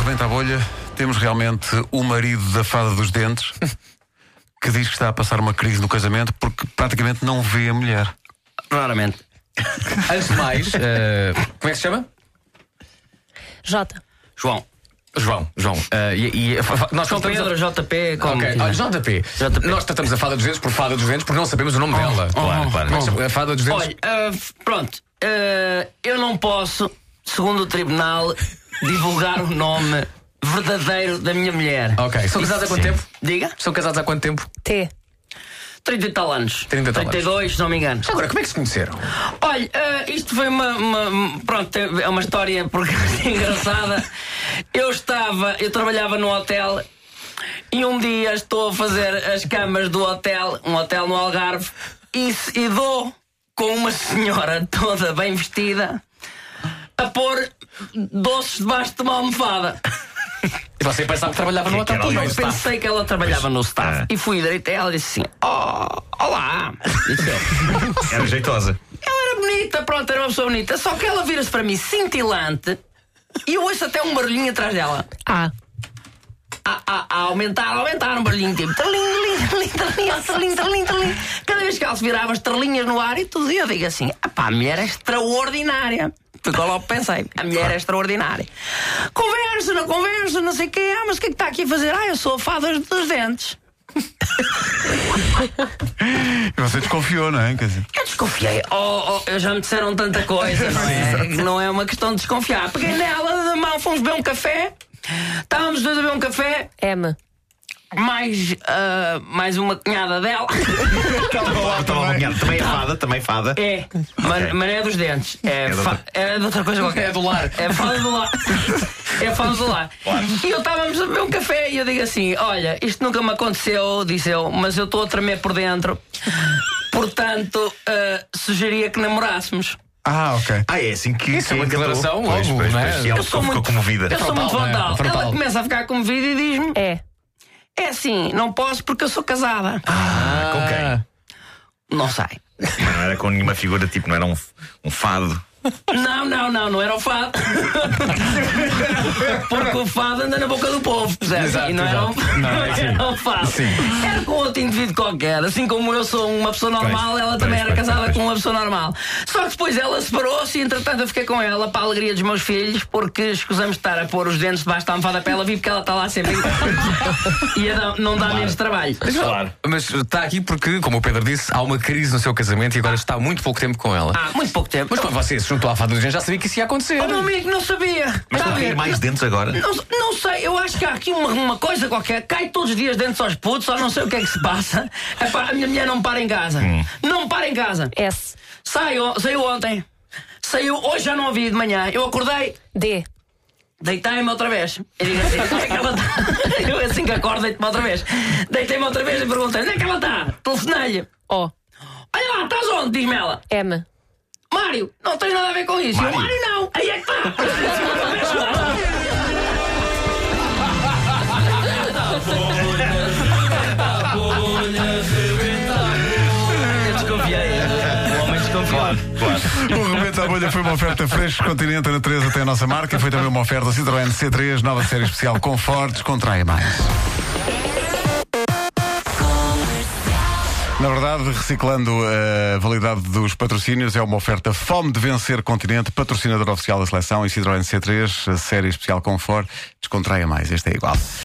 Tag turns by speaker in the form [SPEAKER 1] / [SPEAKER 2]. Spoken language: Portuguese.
[SPEAKER 1] rebenta a bolha, temos realmente o marido da fada dos dentes que diz que está a passar uma crise no casamento porque praticamente não vê a mulher.
[SPEAKER 2] Raramente.
[SPEAKER 3] Antes de mais, eh, como é que se chama?
[SPEAKER 4] Jota.
[SPEAKER 2] João.
[SPEAKER 3] João. João. eh, e, e- fa- fa- nós tratamos
[SPEAKER 2] Pedro,
[SPEAKER 3] a...
[SPEAKER 2] JP, como
[SPEAKER 3] Ok, olha, JP.
[SPEAKER 2] JP.
[SPEAKER 3] Nós tratamos a fada dos dentes por fada dos dentes porque não sabemos o
[SPEAKER 2] Oh,
[SPEAKER 3] nome dela.
[SPEAKER 2] claro, claro.
[SPEAKER 3] Como é que se chama? A fada dos dentes.
[SPEAKER 2] oh, Olha, ah, f- pronto. ah, eu não posso, segundo o tribunal, divulgar o nome verdadeiro da minha mulher.
[SPEAKER 3] Ok, são casados há quanto tempo?
[SPEAKER 2] Diga.
[SPEAKER 3] São casados há quanto tempo?
[SPEAKER 4] T.
[SPEAKER 2] 30 e tal anos.
[SPEAKER 3] 30 e tal anos.
[SPEAKER 2] 32, se não me engano.
[SPEAKER 3] Agora, como é que se conheceram?
[SPEAKER 2] Olha, ah, isto foi uma, uma- Pronto, é uma história porque engraçada. Eu estava, eu trabalhava num hotel e um dia estou a fazer as camas do hotel, um hotel no Algarve, e, se- e dou com uma senhora toda bem vestida a pôr doces debaixo de uma almofada.
[SPEAKER 3] E você pensava que trabalhava no hotel
[SPEAKER 2] Eu
[SPEAKER 3] também.
[SPEAKER 2] pensei que ela trabalhava no staff e fui direito a ela e disse assim: Oh, olá! Disse eu.
[SPEAKER 5] Era jeitosa.
[SPEAKER 2] Ela era bonita, pronto, era uma pessoa bonita. Só que ela vira-se para mim cintilante e eu ouço até um barulhinho atrás dela.
[SPEAKER 4] A.
[SPEAKER 2] A, a, a aumentar, a aumentar um barulhinho tipo. Tarlim, tarlim, tarlim, tarlim, tarlim, tarlim. Cada vez que ela se virava as estrelinhas no ar e tudo, e eu digo assim: pá, a mulher é extraordinária. Ficou logo pensei, a mulher é extraordinária. Conversa, não conversa, não sei o quê, ah, mas o que é que está aqui a fazer? Ah, eu sou a fada dos dentes.
[SPEAKER 1] E você desconfiou, não é? Quer dizer,
[SPEAKER 2] Eu desconfiei. Oh, oh, eu já me disseram tanta coisa, não é? não é uma questão de desconfiar. Peguei nela da mão, fomos beber um café. Estávamos dois a beber um café,
[SPEAKER 4] M.
[SPEAKER 2] mais, ah, mais uma cunhada dela.
[SPEAKER 5] Estava alinhado. Também é fada, também é fada.
[SPEAKER 2] Tá. É, mas, mas não é dos dentes. É,
[SPEAKER 5] É de
[SPEAKER 2] fa-
[SPEAKER 5] outra-
[SPEAKER 2] é de outra coisa qualquer.
[SPEAKER 3] É do lar.
[SPEAKER 2] É fala do lar. É fala do lar. E eu estávamos a beber um café e eu digo assim: Olha, isto nunca me aconteceu, disse eu, mas eu estou a tremer por dentro. Portanto, ah, sugeria que namorássemos.
[SPEAKER 1] Ah, ok.
[SPEAKER 5] Ah, é assim que.
[SPEAKER 3] Isso é
[SPEAKER 5] que
[SPEAKER 3] uma
[SPEAKER 5] encantou.
[SPEAKER 3] declaração
[SPEAKER 5] Pois,
[SPEAKER 3] logo,
[SPEAKER 5] pois,
[SPEAKER 3] não é?
[SPEAKER 5] pois. E ela
[SPEAKER 2] Eu sou
[SPEAKER 5] só ficou
[SPEAKER 2] muito-
[SPEAKER 5] comovida.
[SPEAKER 2] Eu sou muito
[SPEAKER 3] Frontal, não é?
[SPEAKER 2] frontal.
[SPEAKER 3] Frontal.
[SPEAKER 2] Ela começa a ficar comovida e diz-me:
[SPEAKER 4] E.
[SPEAKER 2] É assim, não posso porque eu sou casada.
[SPEAKER 5] Ah, Com quem?
[SPEAKER 2] Não sai.
[SPEAKER 5] Mas Não era com nenhuma figura, tipo, não era um, um fado.
[SPEAKER 2] Não, não, não, não era o fado. porque o fado anda na boca do povo, percebes?
[SPEAKER 3] Exato,
[SPEAKER 2] e não era,
[SPEAKER 3] exato.
[SPEAKER 2] um,
[SPEAKER 3] Não, é assim.
[SPEAKER 2] era o fado. Era com outro indivíduo qualquer. Assim como eu sou uma pessoa normal, ela também era
[SPEAKER 5] pois,
[SPEAKER 2] casada
[SPEAKER 5] pois.
[SPEAKER 2] com uma pessoa normal. Só que depois ela separou-se e entretanto eu fiquei com ela para a alegria dos meus filhos, porque escusamos de estar a pôr os dentes debaixo da almofada para ela vir, porque ela está lá sempre. e a não- não dá menos trabalho.
[SPEAKER 5] Claro.
[SPEAKER 3] Mas está aqui porque, como o Pedro disse, há uma crise no seu casamento e agora está há muito pouco tempo com ela.
[SPEAKER 2] Há muito pouco tempo.
[SPEAKER 3] Mas quando você se juntou à fada dos dentes já sabia que isso ia acontecer.
[SPEAKER 2] O Ah. Oh, meu amigo não sabia.
[SPEAKER 5] Mas
[SPEAKER 2] Está
[SPEAKER 5] está
[SPEAKER 2] a
[SPEAKER 5] a
[SPEAKER 2] ver?
[SPEAKER 5] rir mais dentes agora.
[SPEAKER 2] Não, não sei, eu acho que há aqui uma, uma coisa qualquer. Cai todos os dias dentro aos putos, só não sei o que é que se passa. Epá, a minha mulher não para em casa. Não para em casa.
[SPEAKER 4] S.
[SPEAKER 2] Saiu, saiu ontem. Saiu, hoje já não ouvi de manhã. Eu acordei,
[SPEAKER 4] D.
[SPEAKER 2] deitei-me outra vez. Eu digo assim, onde é que ela está? Eu assim que acordo, deito-me outra vez. Deitei-me outra vez e perguntei, onde é que ela está? Telefonei-lhe.
[SPEAKER 4] O.
[SPEAKER 2] Olha lá, estás onde? Diz-me ela.
[SPEAKER 4] M.
[SPEAKER 2] Mário, não tens nada a ver com isso. Eu,
[SPEAKER 5] Mário.
[SPEAKER 2] Mário não, aí é que está.
[SPEAKER 5] Claro, claro.
[SPEAKER 1] O Rebenta à Bolha foi uma oferta fresca continente na 3 até a nossa marca. Foi também uma oferta Citroën C3, nova série especial Confortes, contrai mais. Na verdade, reciclando eh, a validade dos patrocínios, é uma oferta Fome de Vencer Continente, patrocinador oficial da seleção e Citroën C3, a série especial Confort, descontraia mais, este é igual.